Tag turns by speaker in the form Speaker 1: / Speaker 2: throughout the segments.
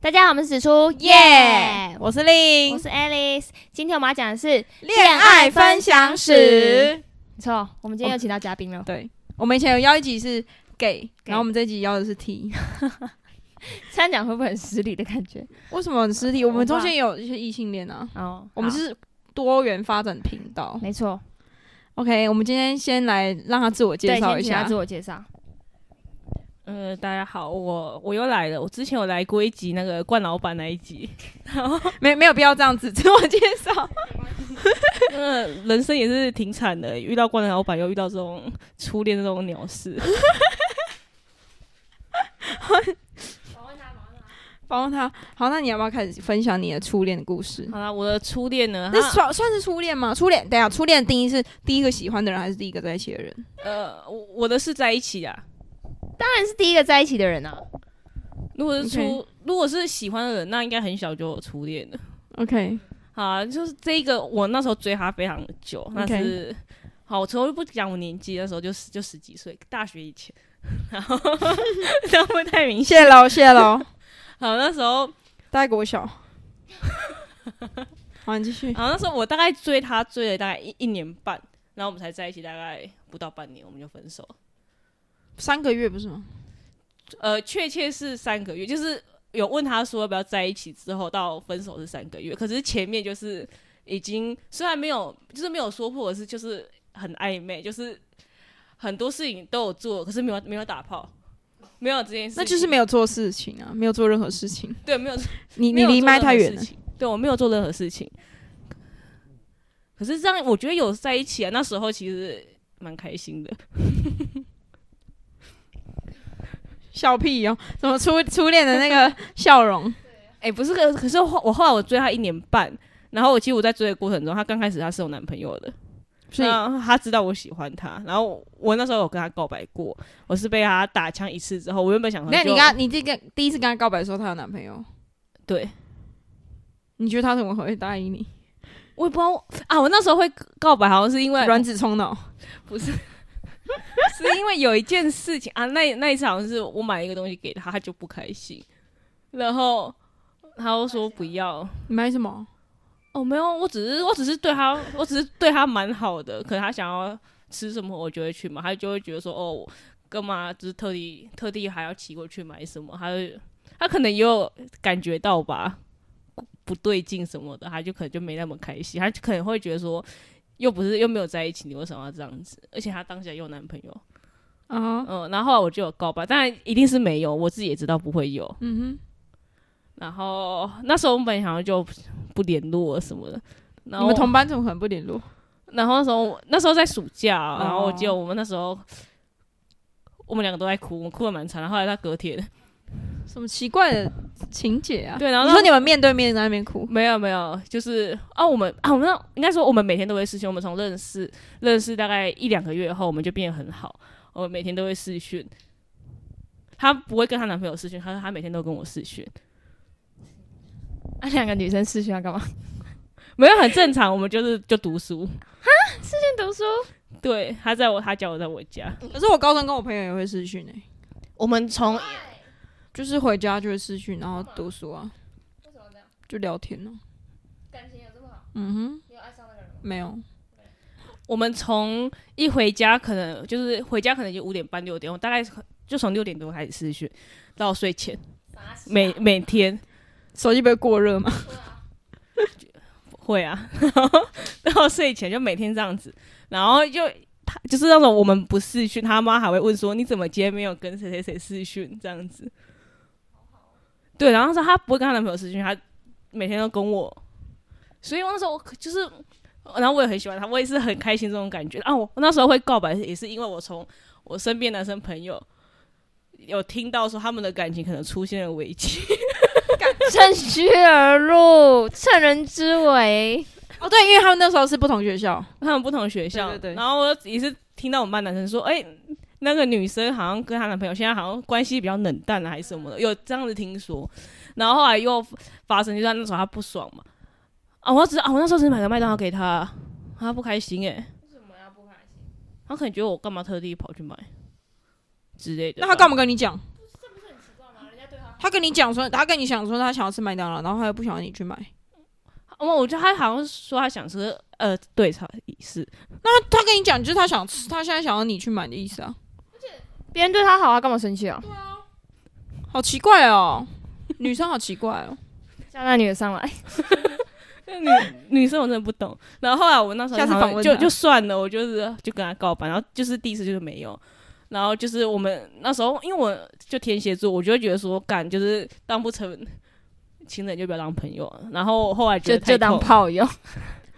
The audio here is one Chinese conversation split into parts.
Speaker 1: 大家好，我们是史出
Speaker 2: 耶我是令
Speaker 1: 我，是 Alice。今天我们要讲的是，
Speaker 2: 恋爱分享史。
Speaker 1: 没错，我们今天又请到嘉宾了，
Speaker 2: 对，我们以前有邀一集是 gay，然
Speaker 1: Gay
Speaker 2: 后我们这一集邀的 是 T。
Speaker 1: 这样讲会不会很失礼的感觉？
Speaker 2: 为什么很失礼？我
Speaker 1: 我
Speaker 2: 们
Speaker 1: 不知道
Speaker 2: 中间有一些异性恋啊，
Speaker 1: 哦，
Speaker 2: 我们
Speaker 1: 好
Speaker 2: 是多元发展频道。
Speaker 1: 哦没错，
Speaker 2: OK，我们今天先来让他自我介
Speaker 1: 对，
Speaker 2: 绍
Speaker 1: 先
Speaker 2: 一
Speaker 1: 请他
Speaker 2: 下
Speaker 1: 自。我介绍。啊
Speaker 3: 呃，大家好，我我又来了。我之前有来过一集那个冠老板那一集，
Speaker 2: 没没有必要这样子 自我介绍。
Speaker 3: 那个人生也是挺惨的，遇到冠老板，又遇到这种初恋这种鸟事。
Speaker 2: 帮他好，那你要不要开始分享你的初恋的故事？
Speaker 1: 啊
Speaker 3: 好啦，我的初恋呢，
Speaker 2: 那
Speaker 3: 他
Speaker 2: 算算是初恋吗？初恋，等一下，初恋的定义是第一个喜欢的人还是第一个在一起的人？
Speaker 3: 呃，我我的是在一起啊。
Speaker 1: 当然是第一个在一起的人啊，
Speaker 3: 如果是初
Speaker 2: OK
Speaker 3: 如果是喜欢的人，那应该很小就有初恋了。
Speaker 2: OK，
Speaker 3: 好啊，就是这一个，我那时候追他非常久，那
Speaker 2: OK
Speaker 3: 是好，我从来不讲我年纪，那时候就十就十几岁，大学以前， 然后这样会不会太明显。
Speaker 2: 谢喽，谢喽，
Speaker 3: 好，那时候
Speaker 2: 大概国 小。好，你继 续。
Speaker 3: 然后那时候我大概追他追了大概一一年半，然后我们才在一起大概不到半年，我们就分手了。
Speaker 2: 三个月不是吗？
Speaker 3: 呃，确切是三个月，就是有问他说要不要在一起之后到分手是三个月，可是前面就是已经虽然没有就是没有说破，可是就是很暧昧，就是很多事情都有做，可是没有没有打炮，没有这件事情，
Speaker 2: 那就是没有做事情啊，没有做任何事情。
Speaker 3: 对没有
Speaker 2: 你
Speaker 3: 没
Speaker 2: 你
Speaker 3: 有
Speaker 2: 离
Speaker 3: 做
Speaker 2: 麦
Speaker 3: 任何
Speaker 2: 太远
Speaker 3: 事
Speaker 2: 了。
Speaker 3: 情，对我没有做任何事情。可是这样，我觉得有在一起啊，那时候其实蛮开心的。
Speaker 2: 笑屁哦！怎么初初恋的那个笑 容？
Speaker 3: 哎、不是，可可是后我后来我追他一年半，然后我其实我在追的过程中，他刚开始他是有男朋友的，
Speaker 2: 所以
Speaker 3: 那他知道我喜欢他，然后我我那时候有跟他告白过，我是被他打枪一次之后，我原本想说就，
Speaker 2: 那你跟他你这个第一次跟他告白的时候，他有男朋友，
Speaker 3: 对，
Speaker 2: 你觉得他怎么会答应你？
Speaker 3: 我也不知道啊，我那时候会告白好像是因为
Speaker 2: 卵子冲脑。
Speaker 3: 不是，是因为有一件事情啊，那那一次好像是我买了一个东西给他，他就不开心，然后他又说不要。
Speaker 2: 你买什么？
Speaker 3: 哦，没有，我只是我只是对他，我只是对他蛮好的。可能他想要吃什么，我就会去买，他就会觉得说，哦，我干嘛就是特地特地还要骑过去买什么？他会他可能也有感觉到吧，不对劲什么的，他就可能就没那么开心，他就可能会觉得说，又不是又没有在一起，你为什么要这样子？而且他当时也有男朋友，
Speaker 2: 啊，
Speaker 3: 嗯，然后后来我就有告白，当然一定是没有，我自己也知道不会有，
Speaker 2: 嗯
Speaker 3: 然后那时候我们本来想像就不联络什么的。然
Speaker 2: 哼，
Speaker 3: 后
Speaker 2: 你们
Speaker 3: 我
Speaker 2: 同班怎么可能不联络？
Speaker 3: 然后那时候那时候在暑假、啊然后我
Speaker 2: 哦
Speaker 3: 记得我们那时候我们两个都在哭，我们哭的蛮惨的。后来他隔天，
Speaker 2: 什么奇怪的情节啊？
Speaker 3: 对然后
Speaker 2: 你说你们面对面在那边哭，
Speaker 3: 没有没有，就是啊，我们啊，我们那应该说我们每天都会视讯，我们从认识认识大概一两个月后，我们就变得很好，我们每天都会视讯。她不会跟她男朋友视讯，她她每天都跟我视讯，
Speaker 1: 那、啊两个女生试训要干嘛？
Speaker 3: 没有很正常。我们就是就读书，
Speaker 1: 先读书，
Speaker 3: 对，她在我她家，我在我家。
Speaker 2: 可是我高中跟我朋友也会视讯诶、
Speaker 3: 我们从
Speaker 2: 就是回家就会视讯，然后读书啊，就聊天呢、感情有这么好？嗯哼，你有爱上那个人吗？没有。
Speaker 3: 我们从一回家，可能就是回家，可能就五点半六点，我大概就从六点多开始试训，到睡前，
Speaker 1: 啊
Speaker 3: 每每天
Speaker 2: 手机不会过 热吗？
Speaker 3: 会啊， 然后到睡前就每天这样子，然后就他就是那种我们不试训，他妈还会问说你怎么今天没有跟谁谁谁试训这样子，对，然后说她不会跟她男朋友试训，她每天都跟我，所以我那时候我可就是。然后我也很喜欢他，我也是很开心这种感觉啊！我我那时候会告白，也是因为我从我身边男生朋友有听到说他们的感情可能出现了危机，
Speaker 1: 趁虚而入，趁人之危。
Speaker 2: 哦，对，因为他们那时候是不同学校，
Speaker 3: 他们不同学校，
Speaker 2: 对对对
Speaker 3: 然后我也是听到我们班男生说，哎、那个女生好像跟她男朋友现在好像关系比较冷淡了，啊还是什么的，有这样子听说。然后后来又发生，就是她那时候她不爽嘛，啊，我只啊，我那时候只是买个麦当劳给她，啊她不开心哎、为什么要不开心？她可能觉得我干嘛特地跑去买之类的吧。
Speaker 2: 那他干嘛跟你讲？他跟你讲说，他跟你讲说他想要吃麦当劳，然后他又不想要你去买。
Speaker 3: 哦，我觉得他好像说他想吃，呃，对，超是，
Speaker 2: 那他跟你讲就是他想吃，他现在想要你去买的意思啊，
Speaker 1: 别人对他好，他干嘛生气啊？
Speaker 2: 好奇怪哦，女生好奇怪 哦。
Speaker 1: 叫那女的上来，
Speaker 3: 女女生我真的不懂。然后后来我那时候
Speaker 2: 下次
Speaker 3: 好像
Speaker 2: 访问
Speaker 3: 就
Speaker 2: 她
Speaker 3: 就算了，我就是就跟他告白，然后就是第一次就是没有。然后就是我们那时候，因为我就天蝎座，我就会觉得说，干就是当不成情人就不要当朋友。啊然后后来觉
Speaker 1: 就
Speaker 3: 得
Speaker 1: 就
Speaker 3: 太
Speaker 1: 当
Speaker 3: 痛
Speaker 1: 炮友。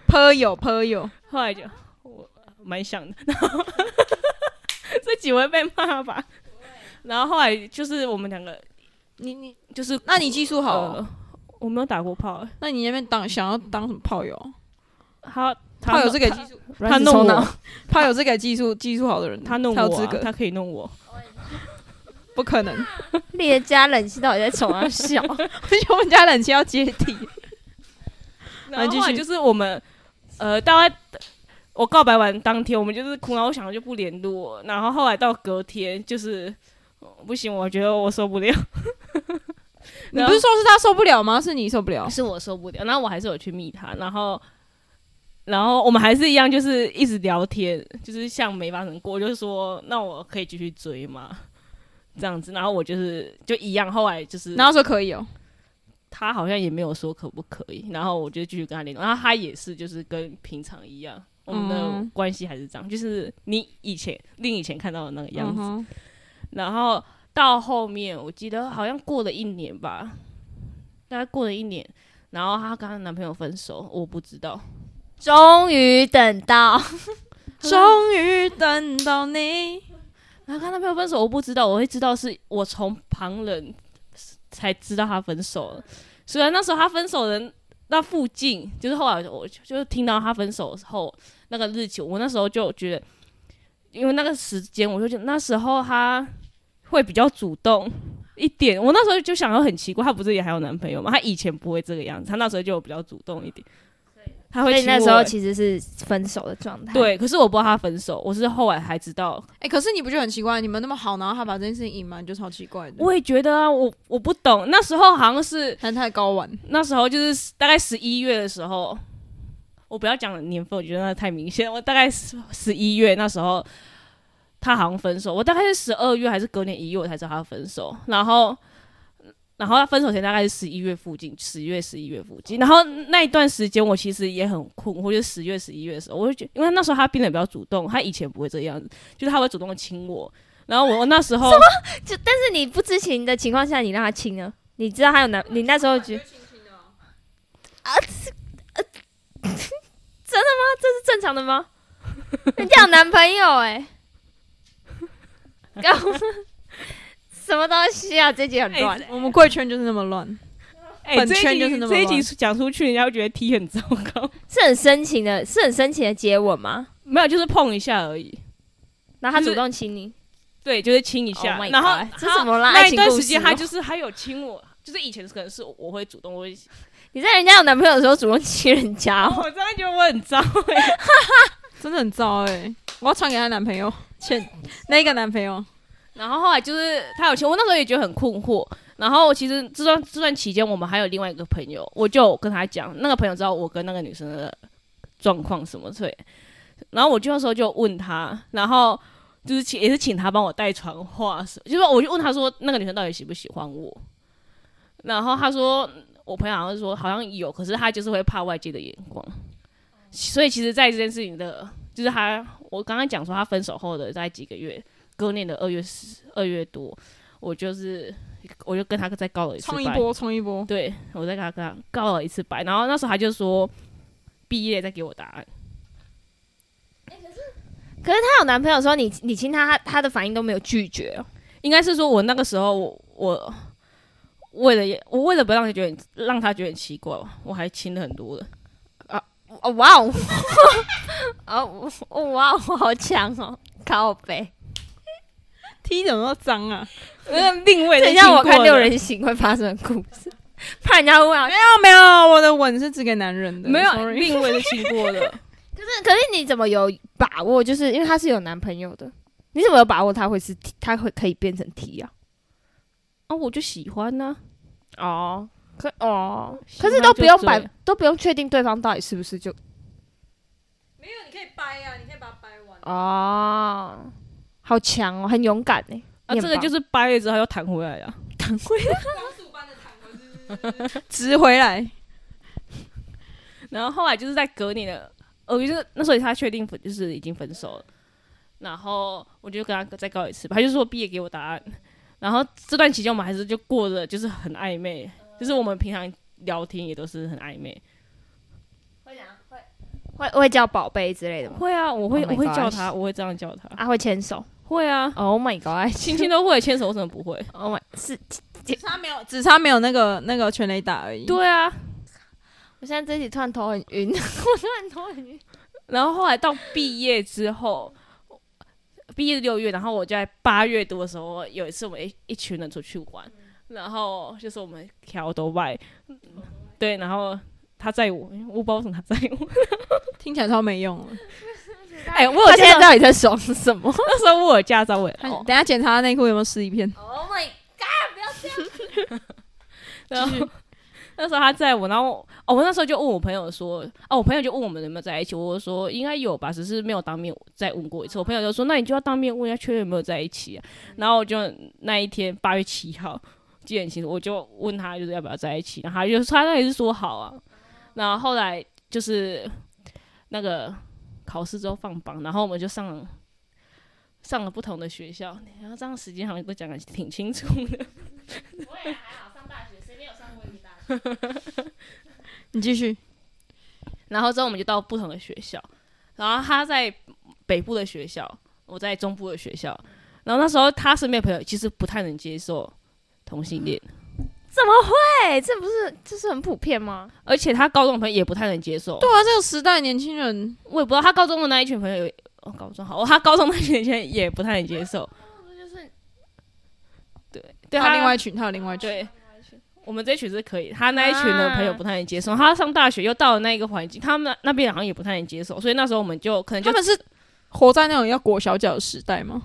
Speaker 2: 朋友朋友，
Speaker 3: 后来就我蛮想的，然后 这几位被骂吧。然后后来就是我们两个
Speaker 2: 你你
Speaker 3: 就是
Speaker 2: 那你技术好哦、
Speaker 3: 呃，我没有打过炮、欸，
Speaker 2: 那你那边当想要当什么炮友？
Speaker 3: 他他
Speaker 2: 炮友是给技术，
Speaker 3: 他 弄我，
Speaker 2: 炮友是给技术技术好的人，
Speaker 3: 他弄我、
Speaker 2: 才
Speaker 3: 啊，
Speaker 2: 有资格，
Speaker 3: 他可以弄我。
Speaker 2: 不可能。
Speaker 1: 你的家冷气到底在从哪笑？
Speaker 2: 我们家冷气要接地，
Speaker 3: 然后
Speaker 2: 继续
Speaker 3: 后来就是我们呃，大概我告白完当天，我们就是哭，然后我想就不联络。然后后来到隔天，就是、呃不行，我觉得我受不了，
Speaker 2: 你不是说是他受不了吗？ 是你受不了。
Speaker 3: 是我受不了。然后我还是有去密他，然后。然后我们还是一样，就是一直聊天，就是像没发生过。我就是说，那我可以继续追吗？这样子。然后我就是就一样，后来就是，
Speaker 2: 然后说可以哦、
Speaker 3: 他好像也没有说可不可以，然后我就继续跟他联络，然后他也是就是跟平常一样，我们的
Speaker 2: 嗯
Speaker 3: 关系还是这样，就是你以前另以前看到的那个样
Speaker 2: 嗯
Speaker 3: 子。
Speaker 2: 哼，
Speaker 3: 然后到后面，我记得好像过了一年吧，大概过了一年，然后她跟她男朋友分手，我不知道。
Speaker 1: 终于等到，
Speaker 2: 终于等到你，
Speaker 3: 然后跟她男朋友分手，我不知道，我会知道是我从旁人才知道她分手了。虽然那时候她分手的那附近，就是后来我就就是听到她分手后那个日期，我那时候就觉得，因为那个时间，我就觉得那时候她会比较主动一点。我那时候就想到很奇怪，她不是也还有男朋友吗？她以前不会这个样子，她那时候就比较主动一点。她
Speaker 1: 所
Speaker 3: 会
Speaker 1: 以
Speaker 3: 亲
Speaker 1: 那
Speaker 3: 我
Speaker 1: 时候
Speaker 3: 欸
Speaker 1: 其实是分手的状态。，
Speaker 3: 对，可是我不知道她分手，我是后来才知道
Speaker 2: 哎、可是你不觉得很奇怪？你们那么好，然后他把这件事情隐瞒，你就超奇怪的。
Speaker 3: 我也觉得啊，我我不懂，那时候好像是
Speaker 2: 他太高玩，
Speaker 3: 那时候就是大概十一月的时候，我不要讲年份，我觉得那太明显。我大概十十一月那时候，他好像分手，我大概是十二月还是隔年一月我才知道他分手，然后。然后他分手前大概是十一月附近，十月、十一月附近。然后那一段时间，我其实也很困惑，就是十月、十一月的时候，我就觉得，因为那时候他变得比较主动，他以前不会这样子，就是他会主动的亲我。然后我那时候，
Speaker 1: 就但是你不知情的情况下，你让他亲了，你知道他有男，你那时候觉得啊是正常的吗？人家有男朋友 哎、干嘛 什么东西啊？这集很乱、
Speaker 2: 我们贵圈就是那么乱。
Speaker 3: 哎，
Speaker 2: 本
Speaker 3: 这一
Speaker 2: 圈
Speaker 3: 集
Speaker 2: 就是那么
Speaker 3: 这一
Speaker 2: 乱
Speaker 3: 集讲出去，人家会觉得 T 很糟糕。
Speaker 1: 是很深情的，是很深情的接吻吗？
Speaker 3: 没有，就是碰一下而已。
Speaker 1: 然后他
Speaker 3: 就是
Speaker 1: 主动亲你
Speaker 3: 对，就是亲一下。
Speaker 1: Oh my
Speaker 3: 然后
Speaker 1: God，
Speaker 3: 他
Speaker 1: 这什么啦
Speaker 3: 那
Speaker 1: 爱
Speaker 3: 一
Speaker 1: 情
Speaker 3: 段
Speaker 1: 故
Speaker 3: 时
Speaker 1: 事
Speaker 3: 间，
Speaker 1: 哦
Speaker 3: 他就是他有亲我，就是以前可能是我会主动，我会。
Speaker 1: 你在人家有男朋友的时候主动亲人家、哦，
Speaker 3: 我真的觉得我很糟哎、
Speaker 2: 真的很糟哎、我要传给她男朋友，欠那个男朋友。
Speaker 3: 然后后来就是他有亲我，那时候也觉得很困惑。然后其实这段这段期间，我们还有另外一个朋友，我就有跟他讲，那个朋友知道我跟那个女生的状况什么所以，然后我就那时候就问他，然后就是请也是请他帮我带传话什么，就是我就问他说那个女生到底喜不喜欢我，然后他说我朋友好像说好像有，可是他就是会怕外界的眼光，所以其实，在这件事情的，就是他我刚刚讲说他分手后的在几个月，隔年的二月十二月多，我就是我就跟他再告了一次
Speaker 2: 冲一
Speaker 3: 白
Speaker 2: 波，冲一波。
Speaker 3: 对，我再跟他跟他告了一次白，然后那时候他就说毕业再给我答案。
Speaker 1: 他有男朋友的时候，你你亲他，他他的反应都没有拒绝哦。
Speaker 3: 应该是说我那个时候我我为了我为了不让他觉得让他觉得很奇怪，我还亲了很多的。
Speaker 1: 哦哇哦，哦哦哇哦，好强哦，靠背。
Speaker 2: T 怎么那么脏啊？
Speaker 3: 嗯，另外
Speaker 1: 等一下我看六人行会发生的故事，怕人家会问啊。
Speaker 2: 啊，没有，我的吻是只给男人的，
Speaker 3: 没有，
Speaker 2: sorry
Speaker 3: 另外是亲过的。
Speaker 1: 可是可是你怎么有把握？就是因为他是有男朋友的，你怎么有把握他会是 T，他会可以变成 T 啊？
Speaker 3: 啊，我就喜欢呢、哦，可哦，
Speaker 1: 可啊是
Speaker 3: 喜欢
Speaker 1: 都
Speaker 3: 就
Speaker 1: 不用
Speaker 3: 对
Speaker 1: 摆，都不用确定对方到底是不是就
Speaker 2: 没有，你可以掰啊，你可以把它掰完。
Speaker 1: 哦，好强哦，很勇敢呢。
Speaker 3: 啊，这个就是是掰了之后它又弹回来了。啊
Speaker 2: 直回来，
Speaker 3: 然后后来就是在隔年的二月，就是那时候他确定分，就是已经分手了。然后我就跟他再告一次吧，他就说毕业给我答案。然后这段期间我们还是就过得就是很暧昧，就是我们平常聊天也都是很暧昧。
Speaker 1: 会会叫宝贝之类的吗？
Speaker 3: 会啊，我会
Speaker 1: Oh my
Speaker 3: 我会
Speaker 1: gosh
Speaker 3: 叫他，我会这样叫他。
Speaker 1: 啊，会牵手
Speaker 3: 会啊，
Speaker 1: ？Oh my god！
Speaker 3: 亲亲都会牵手，为什么 不会？
Speaker 1: Oh my，是，
Speaker 2: 只差没有，只差没有那个那个全雷打而已。，
Speaker 3: 对啊，
Speaker 1: 我现在这一集突然头很晕， 我突然头很晕。
Speaker 3: 然后后来到毕业之后，毕业六月，然后我在八月多的时候，有一次我们一一群人出去玩，
Speaker 1: 嗯
Speaker 3: 然后就是我们调都外，嗯对，然后他载我，我不知道为什么他载我，
Speaker 2: 听起来超没用了。
Speaker 3: 哎、我有
Speaker 1: 我现
Speaker 3: 驾
Speaker 1: 在
Speaker 3: 照，
Speaker 1: 到底在爽什么？
Speaker 3: 那时候我有驾照，我也
Speaker 2: 看
Speaker 3: 哦
Speaker 2: 等一下检查他内裤有没有湿一片。
Speaker 1: Oh my，
Speaker 3: 然后那时候他载我，然后哦，我那时候就问我朋友说，哦，我朋友就问我们有没有在一起，我说应该有吧，只是没有当面再问过一次。我朋友就说，那你就要当面问一下确认有没有在一起啊。然后我就那一天八月七号，记得很清楚，我就问他就是要不要在一起，然后他就他那也是说好啊。然后后来就是那个考试之后放榜，然后我们就上了上了不同的学校，然后这样时间好像都讲的挺清楚的。
Speaker 2: 你继续。
Speaker 3: 然后之后我们就到不同的学校，然后他在北部的学校，我在中部的学校。然后那时候他身边的朋友其实不太能接受同性恋，
Speaker 2: 嗯
Speaker 1: 怎么会？这不是这是很普遍吗？
Speaker 3: 而且他高中的朋友也不太能接受。
Speaker 2: 对啊，这个时代年轻人
Speaker 3: 我也不知道他高中的那一群朋友有，哦，高中好，哦，他高中那一群人也不太能接受。
Speaker 1: 就是
Speaker 3: 对
Speaker 2: 还啊
Speaker 3: 他
Speaker 2: 有另外一群，还有另外一群。
Speaker 3: 对，我们这一群是可以，他那一群的
Speaker 1: 啊
Speaker 3: 朋友不太能接受。他上大学又到了那一个环境，他们那那边好像也不太能接受，所以那时候我们就可能就
Speaker 2: 他们是活在那种要裹小脚的时代吗？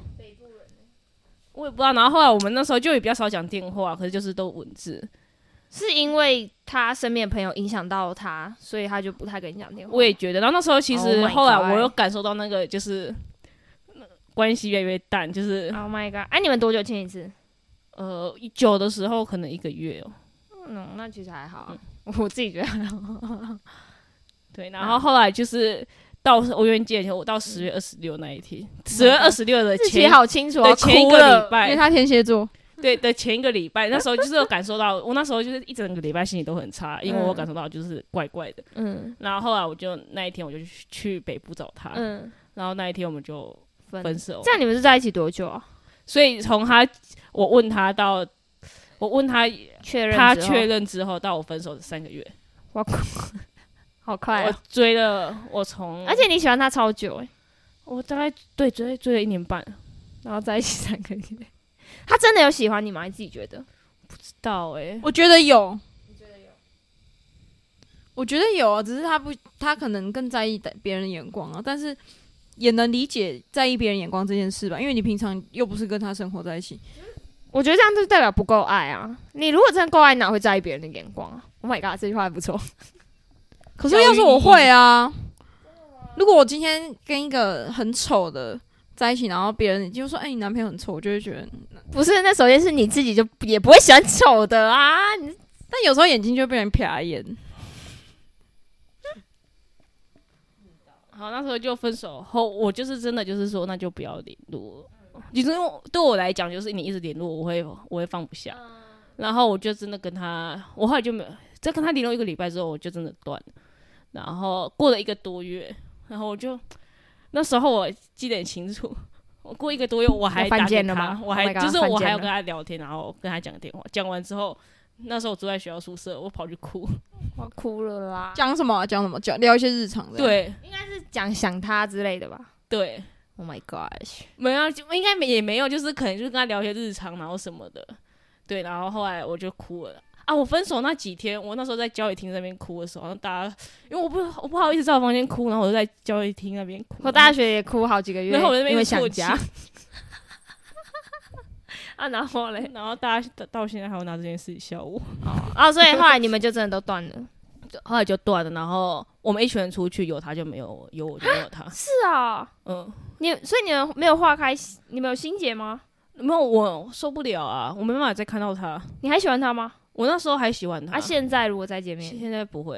Speaker 3: 我也不知道。然后后来我们那时候就也比较少讲电话，可是就是都文字。
Speaker 1: 是因为他身边的朋友影响到他，所以他就不太跟你讲电话。
Speaker 3: 我也觉得，然后那时候其
Speaker 1: 哦 Oh
Speaker 3: 实
Speaker 1: my
Speaker 3: 后来
Speaker 1: God
Speaker 3: 我又感受到那个就是那关系越来越淡，就是、
Speaker 1: Oh my god！哎、你们多久见一次？
Speaker 3: 呃久的时候可能一个月哦、
Speaker 1: 嗯，那其实还好、啊，我自己觉得还好。
Speaker 3: 对，
Speaker 1: 啊
Speaker 3: 然后后来就是到我原记得以前我到十月二十六那一天，十月二十六的
Speaker 1: Oh 日期
Speaker 3: 前
Speaker 1: 好清楚、哦，
Speaker 3: 的前一
Speaker 1: 哭
Speaker 3: 个
Speaker 1: 了
Speaker 3: 礼
Speaker 2: 因为
Speaker 3: 拜，
Speaker 2: 他天蝎座，
Speaker 3: 对的前一个礼拜，那时候就是有感受到，我那时候就是一整个礼拜心情都很差，因为我
Speaker 1: 嗯
Speaker 3: 感受到就是怪怪的。
Speaker 1: 嗯
Speaker 3: 然后后来我就那一天我就去去北部找他，
Speaker 1: 嗯，
Speaker 3: 然后那一天我们就
Speaker 1: 分
Speaker 3: 分手。
Speaker 1: 这样你们是在一起多久啊？
Speaker 3: 所以从他我问他到我问他
Speaker 1: 确认
Speaker 3: 他
Speaker 1: 之后
Speaker 3: 确，认之后到我分手的三个月，
Speaker 1: 哇，好快
Speaker 3: 我
Speaker 1: 啊！
Speaker 3: 追了我从
Speaker 1: 而且你喜欢他超久哎、
Speaker 3: 我大概对追追了一年半
Speaker 1: 然后在一起三个 月，他真的有喜欢你吗？你自己觉得？
Speaker 3: 到哎、欸，
Speaker 2: 我觉得有。我觉得有啊，只是他不，他可能更在意的别人的眼光啊，但是也能理解在意别人眼光这件事吧，因为你平常又不是跟他生活在一起，
Speaker 1: 我觉得这样就代表不够爱啊！你如果真的够爱，哪会在意别人的眼光啊？Oh my god，这句话还不错。
Speaker 2: 可是要是我会啊，如果我今天跟一个很丑的在一起，然后别人就说：“哎、你男朋友很丑。”我就会觉得，嗯
Speaker 1: 不是，那首先是你自己就也不会喜欢丑的啊！你
Speaker 2: 但有时候眼睛就会被人瞟一眼。
Speaker 3: 好那时候就分手后，我就是真的就是说那就不要联络，就是因为我对我来讲就是你一直联络我会我会放不下，然后我就真的跟他，我后来就没有再跟他联络一个礼拜之后我就真的断了，然后过了一个多月，然后我就那时候我记得很清楚。我过一个多月，我还
Speaker 1: 又
Speaker 3: 打
Speaker 1: 犯
Speaker 3: 给
Speaker 1: 贱了
Speaker 3: 他
Speaker 1: 吗，
Speaker 3: 我
Speaker 1: Oh
Speaker 3: 还
Speaker 1: my god，
Speaker 3: 就是
Speaker 1: 犯
Speaker 3: 我
Speaker 1: 贱
Speaker 3: 还要
Speaker 1: 了
Speaker 3: 跟他聊天，然后跟他讲电话。讲完之后，那时候我住在学校宿舍，我跑去哭。
Speaker 1: 我哭了啦
Speaker 2: 讲什么、啊？讲什么？讲聊一些日常的。，
Speaker 3: 对
Speaker 1: 应该是讲想他之类的吧
Speaker 3: 对，
Speaker 1: ？Oh my gosh！
Speaker 3: 没有，啊就应该没也没有，就是可能就是跟他聊一些日常，然后什么的。对，然后后来我就哭了啊！我分手那几天，我那时候在交易厅那边哭的时候，然后大家因为我不我不好意思在我房间哭，然后我就在交易厅那边哭。
Speaker 1: 我大学也哭好几个月，
Speaker 3: 然后我在那
Speaker 1: 因为
Speaker 3: 边
Speaker 1: 想
Speaker 3: 啜泣
Speaker 1: 家。啊，然后嘞，
Speaker 3: 然后大家到到现在还会拿这件事笑我。
Speaker 1: 啊，所以后来你们就真的都断了。
Speaker 3: 后来就断了，然后我们一群人出去，有他就没有我，有我就没有他。
Speaker 1: 是啊，
Speaker 3: 嗯，
Speaker 1: 你所以你们没有化开，你们有心结吗？
Speaker 3: 没有我受不了啊，我没办法再看到他。
Speaker 1: 你还喜欢他吗？
Speaker 3: 我那时候还喜欢他，
Speaker 1: 啊，现在如果再见面，
Speaker 3: 现在不会，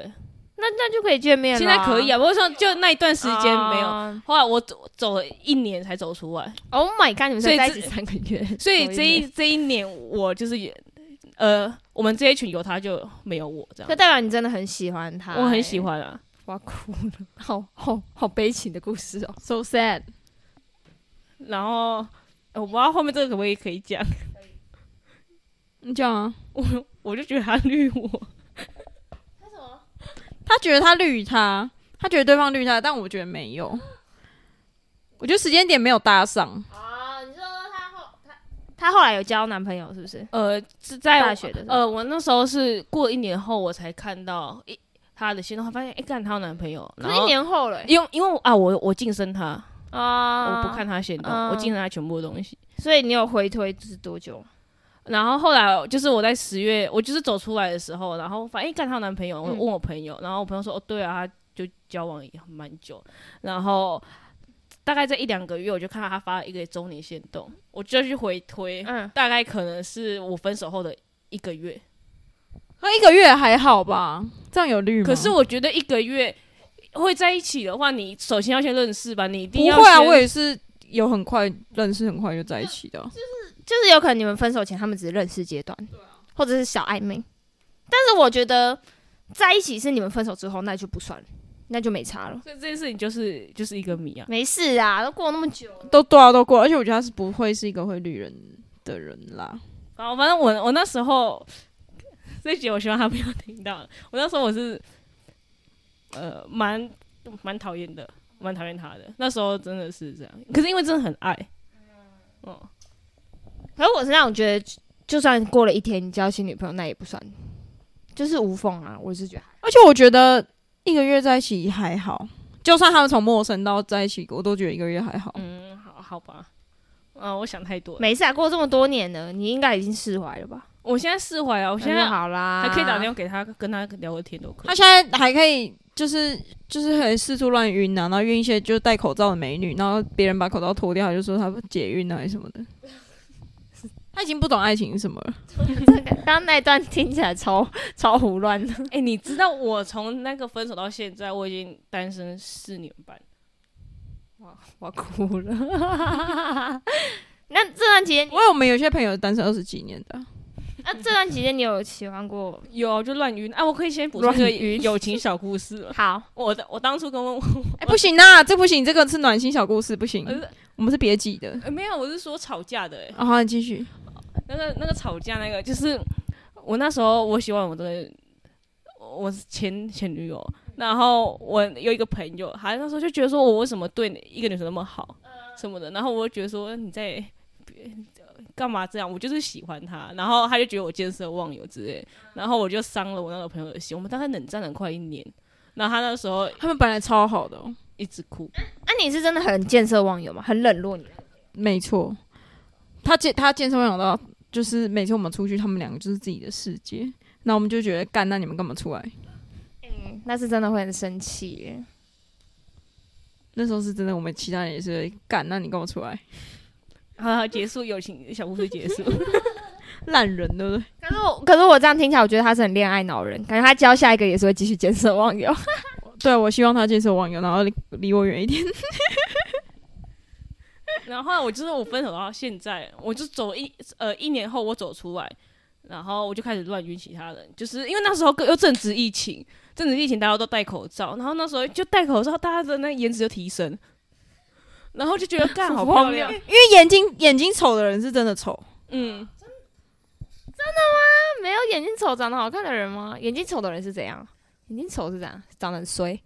Speaker 1: 那那就可以见面了。
Speaker 3: 现在可以
Speaker 1: 啊，
Speaker 3: 啊。我说就那一段时间没有，
Speaker 1: 啊
Speaker 3: 后来我走走了一年才走出来，
Speaker 1: Oh my god！你们
Speaker 3: 所
Speaker 1: 才
Speaker 3: 以
Speaker 1: 在一
Speaker 3: 这
Speaker 1: 起三个月，
Speaker 3: 所以
Speaker 1: 走
Speaker 3: 这
Speaker 1: 一
Speaker 3: 一这一年我就是也呃，我们这一群有他就没有我这
Speaker 1: 可
Speaker 3: 样。
Speaker 1: 代表你真的很喜欢他、
Speaker 3: 我很喜
Speaker 1: 欸，
Speaker 3: 欢啊，
Speaker 1: 我要哭了， 好好好悲情的故事哦。
Speaker 2: So sad。
Speaker 3: 然后呃我不知道后面这个可不可以可以讲，
Speaker 2: 你讲啊，
Speaker 3: 我就觉得他绿我，
Speaker 2: 他觉得他绿他，他觉得对方绿他，但我觉得没有。我觉得时间点没有搭上，
Speaker 1: 啊，你说他后他他后来有交男朋友是不是？
Speaker 3: 呃，是在
Speaker 1: 大学的时候，
Speaker 3: 呃，我那时候是过一年后我才看到一她的新动，发现哎，干、她有男朋友，
Speaker 1: 可
Speaker 3: 然
Speaker 1: 是一
Speaker 3: 后
Speaker 1: 年后了欸
Speaker 3: 因为因为我啊，我我晋升她，
Speaker 1: 啊，
Speaker 3: 呃我不看她行动，
Speaker 1: 嗯
Speaker 3: 我晋升她全部的东西。
Speaker 1: 所以你有回推是多久？
Speaker 3: 然后后来就是我在十月，我就是走出来的时候，然后反正干她有男朋友，我
Speaker 1: 嗯
Speaker 3: 问我朋友，然后我朋友说哦对啊，她就交往也蛮久，然后啊大概在一两个月，我就看到她发了一个周年行动，我就去回推，
Speaker 1: 嗯，
Speaker 3: 大概可能是我分手后的一个月，
Speaker 2: 那一个月还好吧？这样有绿吗？
Speaker 3: 可是我觉得一个月会在一起的话，你首先要先认识吧，你一定
Speaker 2: 不
Speaker 3: 要
Speaker 2: 会啊，
Speaker 3: 先
Speaker 2: 我也是有很快认识，很快就在一起的啊。
Speaker 1: 就是有可能你们分手前他们只是认识阶段，或者是小暧昧。但是我觉得在一起是你们分手之后，那就不算了，那就没差了。
Speaker 3: 所以这件事情就是就是一个谜啊。
Speaker 1: 没事啊，都过那么久了，
Speaker 2: 都对啊，都过了，而且我觉得他是不会是一个会绿人的人啦。
Speaker 3: 然后反正我我那时候这集我希望他不要听到了。我那时候我是呃蛮蛮讨厌的，蛮讨厌他的。那时候真的是这样，可是因为真的很爱，嗯，
Speaker 1: 可是我是那种觉得，就算过了一天你交新女朋友，那也不算，就是无缝啊。我是觉得还好，
Speaker 2: 而且我觉得一个月在一起还好，就算他们从陌生到在一起，我都觉得一个月还好。
Speaker 3: 嗯，好好吧。嗯、我想太多了。
Speaker 1: 没事啊，过这么多年了，你应该已经释怀了吧？
Speaker 3: 我现在释怀啊了，我
Speaker 1: 我
Speaker 3: 现在
Speaker 1: 好啦，
Speaker 3: 还可以打电话给他，跟他聊个天都可以
Speaker 2: 他。现在还可以，就是就是很四处乱晕啊，然后晕一些就是戴口罩的美女，然后别人把口罩脱掉，他就说他解晕啊还是什么 的。他已经不懂爱情是什么了。
Speaker 1: 这个刚刚那一段听起来超 超胡乱的，
Speaker 3: 哎、你知道我从那个分手到现在，我已经单身四年半。
Speaker 1: 我哭了。 那这段期间，
Speaker 2: 因为我们有些朋友单身二十几年的啊，
Speaker 1: 那、这段期间你有喜欢过？
Speaker 3: 有就乱晕啊！我可以先补充一个
Speaker 1: 乱晕
Speaker 3: 友情小故事了。
Speaker 1: 好，
Speaker 3: 我的我当初跟我、
Speaker 2: 哎、不行啊，这不行，这个是暖心小故事，不行，
Speaker 3: 呃
Speaker 2: 我们是别挤的。
Speaker 3: 呃没有，我是说吵架的、欸，
Speaker 2: 啊，好，你继续。
Speaker 3: 那个那个吵架那个，就是我那时候我喜欢我的我是前前女友，然后我有一个朋友，他那时候就觉得说我为什么对一个女生那么好什么的，然后我就觉得说你在别干嘛这样，我就是喜欢她，然后他就觉得我见色忘友之类，然后我就伤了我那个朋友的心，我们大概冷战了快一年，然后他那时候
Speaker 2: 他们本来超好的、哦，
Speaker 3: 一直哭，
Speaker 1: 那、啊你是真的很见色忘友吗？很冷落你？
Speaker 2: 没错。他健他健身会想到，就是每次我们出去，他们两个就是自己的世界。那我们就觉得干，那你们干嘛出来？
Speaker 1: 嗯，那是真的会很生气耶。
Speaker 2: 那时候是真的，我们其他人也是哎干，那你跟我出来，
Speaker 3: 好好结束友情小故事结束。
Speaker 2: 烂人对不对？
Speaker 1: 可是我，可是我这样听起来，我觉得他是很恋爱脑人，感觉他教下一个也是会继续见色忘 友。
Speaker 2: 对，我希望他健身网友，然后离离我远一点。
Speaker 3: 然后后来我就是我分手到现在，我就走一呃一年后我走出来，然后我就开始乱晕其他人，就是因为那时候又正值疫情，正值疫情大家都戴口罩，然后那时候就戴口罩，大家的那个颜值就提升，然后就觉得干好漂亮
Speaker 1: 荒，
Speaker 2: 因为眼睛眼睛丑的人是真的丑，
Speaker 3: 嗯，
Speaker 1: 没有眼睛丑、长得好看的人吗？眼睛丑的人是怎样？眼睛丑是怎样？长得很衰。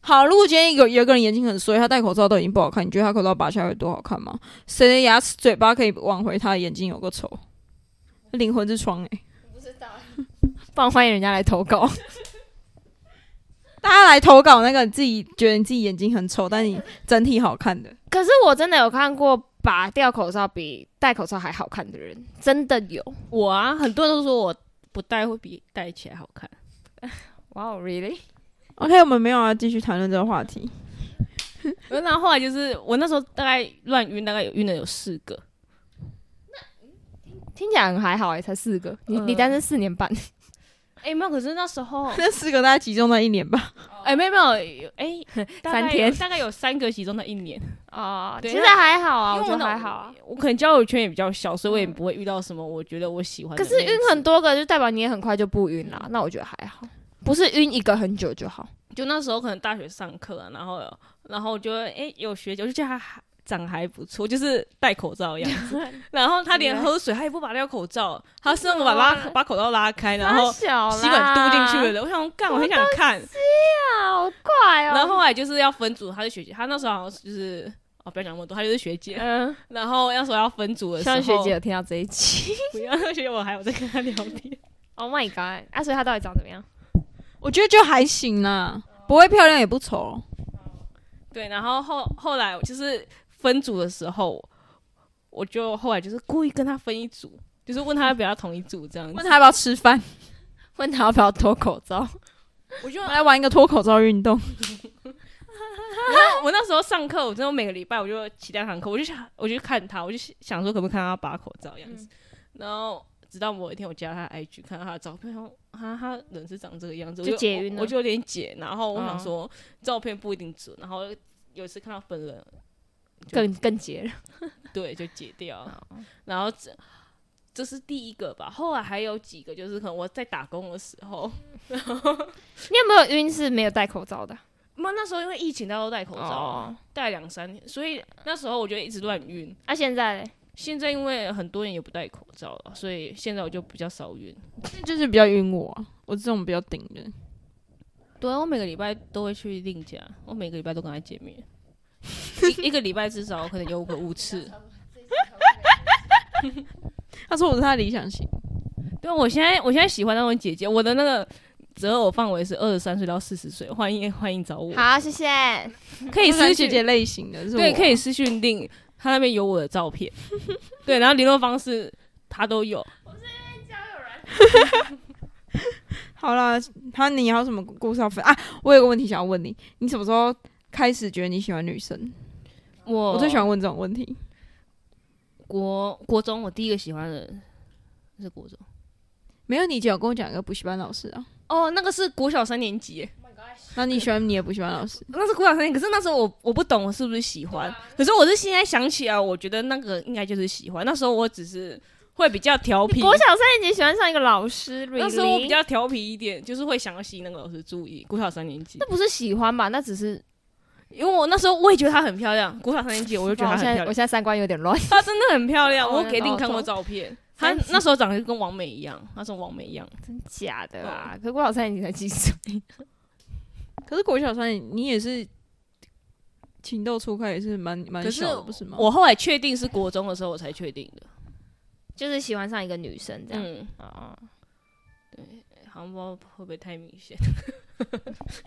Speaker 2: 好，如果今天有有一个人眼睛很衰，他戴口罩都已经不好看，你觉得他口罩拔下来有多好看吗？谁的牙齿、嘴巴可以挽回他的眼睛有个丑？灵魂之窗哎、
Speaker 1: 不然欢迎人家来投 稿。
Speaker 2: 大家来投稿那个你自己觉得你自己眼睛很丑，但你整体好看的。
Speaker 1: 可是我真的有看过拔掉口罩比戴口罩还好看的人，真的有。
Speaker 3: 我啊，很多人都说我不戴会比戴起来好看。
Speaker 1: 哇、哦 r e a l l y
Speaker 2: OK，我们没有要继续谈论这个话题。
Speaker 3: 然后后来就是我那时候大概乱晕，大概有晕了有四个，
Speaker 1: 听起来很还好哎、才四个。你、你
Speaker 3: 嗯
Speaker 1: 单身四年半，
Speaker 3: 哎、没有，可是那时候
Speaker 2: 那四个大概集中在一年吧。
Speaker 3: 哎、没有没有，有哎、 大概
Speaker 1: 三天
Speaker 3: 有大概有三个集中在一年啊
Speaker 1: 其实还好啊，
Speaker 3: 因
Speaker 1: 我
Speaker 3: 为
Speaker 1: 觉
Speaker 3: 我
Speaker 1: 得
Speaker 3: 脑
Speaker 1: 还好啊。
Speaker 3: 我可能交友圈也比较小，所以我也不会遇到什么我觉得我喜欢的
Speaker 1: 可
Speaker 3: 类
Speaker 1: 是
Speaker 3: 型。
Speaker 1: 晕很多个，就代表你也很快就不晕啦。那我觉得还好，不是晕一个很久就好。
Speaker 3: 就那时候可能大学上课、啊，然后有然后我就哎、诶有学姐，我就觉得她还长得还不错，就是戴口罩的样 子。然后她连喝水，她也不拔掉口罩，她是那种把拉把口罩拉开，然后
Speaker 1: 小
Speaker 3: 吸管嘟进去了的。我想说干，我很想看。
Speaker 1: 好怪哦、
Speaker 3: 然后后来就是要分组，她是学姐，她那时候好像就是哦不要讲那么多，她就是学姐。
Speaker 1: 嗯，
Speaker 3: 然后那时候要分组的
Speaker 1: 希
Speaker 3: 时候，
Speaker 1: 望学姐有听到这一期。
Speaker 3: 不要学姐，我还有在跟她聊天。
Speaker 1: Oh my god！啊，所以他到底长怎么样？
Speaker 2: 我觉得就还行啦，不会漂亮也不丑。
Speaker 3: 对，然后后后来就是分组的时候，我就后来就是故意跟他分一组，就是问他要不要同一组这样
Speaker 2: 问
Speaker 3: 子。
Speaker 2: 他要不要吃饭，
Speaker 1: 问他要不要脱口罩？
Speaker 3: 我就
Speaker 2: 我们来玩一个脱口罩运动。
Speaker 3: 我那时候上课，我真的每个礼拜我就期待堂课，我就想我就看他，我就想说可不可以看他拔口罩这样
Speaker 1: 嗯
Speaker 3: 子。然后直到某一天我加他的 IG 看到他的照片，然后他他人是长这个样子，我
Speaker 1: 就解晕
Speaker 3: 我
Speaker 1: 了
Speaker 3: 我就有点解。然后我想
Speaker 1: 嗯
Speaker 3: 说、照片不一定准，然后有一次看到本人就
Speaker 1: 更更结了。
Speaker 3: 对，就解掉了。然后这这是第一个吧，后来还有几个，就是可能我在打工的时候，
Speaker 1: 你有没有晕是没有戴口罩的？
Speaker 3: 那那时候因为疫情，大家都戴口罩啊，
Speaker 1: 哦
Speaker 3: 戴两三天，所以那时候我就一直乱晕。
Speaker 1: 啊，现在嘞
Speaker 3: 现在因为很多人也不戴口罩了，所以现在我就比较少晕。
Speaker 2: 就是比较晕我啊、我这种比较顶的。
Speaker 3: 对，啊我每个礼拜都会去另家，我每个礼拜都跟他见 面，一一个礼拜至少可能有个五次。
Speaker 2: 他说我是他的理想型，
Speaker 3: 对，啊我现在我现在喜欢那种姐姐，我的那个择偶范围是二十三岁到四十岁，欢迎欢迎找我，
Speaker 1: 好，谢谢。
Speaker 3: 可以
Speaker 2: 我是
Speaker 3: 私
Speaker 2: 姐
Speaker 3: 信
Speaker 2: 姐类型的，是
Speaker 3: 对，
Speaker 2: 我
Speaker 3: 可以私讯定，他那边有我的照 片，对，然后联络方式他都有。
Speaker 2: 好了，他你还有什么故事要分啊？我有个问题想要问你，你什么时候开始觉得你喜欢女生？
Speaker 3: 我
Speaker 2: 我最喜欢问这种问题。
Speaker 3: 国国中，我第一个喜欢的人是国中，
Speaker 2: 没有，你以前有跟我讲一个补习班老师啊，
Speaker 3: 哦，那个是国小三年级耶，
Speaker 2: 那你喜欢你的补习班老师？
Speaker 3: 那是国小三年，可是那时候我我不懂我是不是喜欢，可是我是现在想起来，我觉得那个应该就是喜欢，那时候我只是会比较调皮。
Speaker 1: 国小三年级喜欢上一个老师，
Speaker 3: 那时候我
Speaker 1: really？
Speaker 3: 比较调皮一点，就是会想要吸引那个老师注意。国小三年级
Speaker 1: 那，不是喜欢吧？那只是
Speaker 3: 因为我那时候我也觉得她很漂亮。国小三年级我就觉得
Speaker 1: 我
Speaker 3: 她很
Speaker 1: 现
Speaker 3: 漂
Speaker 1: 在
Speaker 3: 亮
Speaker 1: 我。现在三观有点乱。
Speaker 3: 她真的很漂亮，
Speaker 1: 哦
Speaker 3: 我给定看
Speaker 1: 那
Speaker 3: 过
Speaker 1: 我
Speaker 3: 照片。她
Speaker 1: 懂
Speaker 3: 那时候长得就跟王美一样，那时候王美一样。
Speaker 1: 真假的
Speaker 3: 哦
Speaker 1: 啊？可是国小三年级才几岁？
Speaker 2: 可是国小三你也是情窦初开，也是蛮蛮
Speaker 3: 可是
Speaker 2: 小的，不是吗？
Speaker 3: 我后来确定是国中的时候，我才确定的。
Speaker 1: 就是喜欢上一个女生这样。
Speaker 3: 嗯，
Speaker 1: 哦，
Speaker 3: 好像不知道会不会太明显，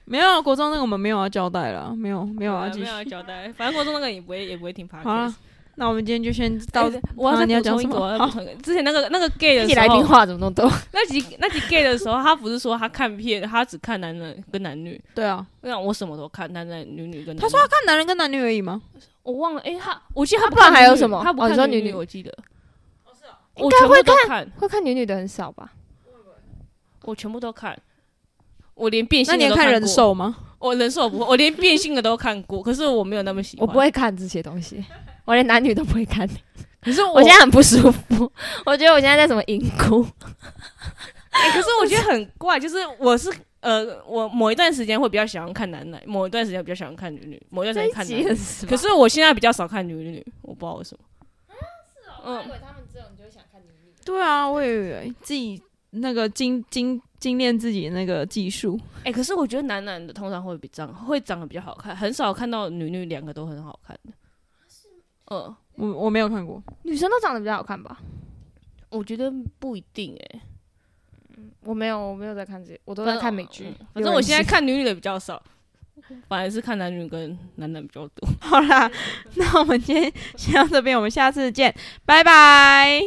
Speaker 2: 没有啊国中那个我们没有要交代了，没有没有要
Speaker 3: 啊，
Speaker 2: 继
Speaker 3: 没
Speaker 2: 续
Speaker 3: 有。要交代。反正国中那个也不会，也不会听 p o d
Speaker 2: 好了
Speaker 3: c，
Speaker 2: 那我们今天就先到。
Speaker 3: 我
Speaker 2: 啊
Speaker 3: 要
Speaker 2: 你
Speaker 3: 再
Speaker 2: 要
Speaker 3: 补
Speaker 2: 讲
Speaker 3: 充一
Speaker 2: 什
Speaker 3: 个，我
Speaker 2: 么？
Speaker 3: 要补
Speaker 2: 好，
Speaker 3: 充一个。之前那个那个 gay
Speaker 1: 一
Speaker 3: 的
Speaker 1: 起
Speaker 3: 时
Speaker 1: 来宾
Speaker 3: 候，
Speaker 1: 话怎么那么多？
Speaker 3: 那集那集 gay 的时候，他不是说他看片，他只看男人跟男女。
Speaker 2: 对啊，
Speaker 3: 那我什么都看，男男女女跟男女。
Speaker 2: 他说他看男人跟男女而已吗？
Speaker 3: 我忘了，哎，他我记得
Speaker 1: 他
Speaker 3: 他
Speaker 1: 不然
Speaker 3: 看
Speaker 1: 还有
Speaker 3: 女女
Speaker 1: 什么
Speaker 3: 他不
Speaker 1: 哦你
Speaker 3: 看
Speaker 1: 说
Speaker 3: 女
Speaker 1: 女女
Speaker 3: 我记得。哦
Speaker 1: 应
Speaker 3: 我
Speaker 1: 该
Speaker 3: 全部
Speaker 1: 会
Speaker 3: 都看，
Speaker 1: 会看女女的很少吧？
Speaker 3: 我全部都看，我连变性
Speaker 2: 哎那
Speaker 3: 的
Speaker 2: 你有
Speaker 3: 都
Speaker 2: 看
Speaker 3: 过
Speaker 2: 人？兽吗？
Speaker 3: 我人兽我不会，我连变性的都看过，可是我没有那么喜
Speaker 1: 我
Speaker 3: 欢。
Speaker 1: 不，会看这些东西，我连男女都不会看。
Speaker 3: 可是我
Speaker 1: 我现在很不舒服， 我觉得我现在在什么淫 窟？
Speaker 3: 哎 可是我觉得很怪，就是我是呃，我某一段时间会比较喜欢看男男，某一段时间比较喜欢看女女，某一段时间看男
Speaker 1: 集
Speaker 3: 男。
Speaker 1: 是
Speaker 3: 可是我现在比较少看女女，我不知道为什么。嗯，
Speaker 2: 对啊，我也以为自己那个精精精炼自己的那个技术。
Speaker 3: 哎、可是我觉得男男的通常会比长会长得比较好看，很少看到女女两个都很好看的。嗯，
Speaker 2: 我我没有看过，
Speaker 1: 女生都长得比较好看吧？
Speaker 3: 我觉得不一定哎、
Speaker 1: 我没有，我没有在看这些，我都
Speaker 3: 我
Speaker 1: 在看美剧。
Speaker 3: 反正我现在看女女的比较少。反而是看男女跟男男比较多。
Speaker 2: 好啦，那我们今天先到这边，我们下次见，拜拜。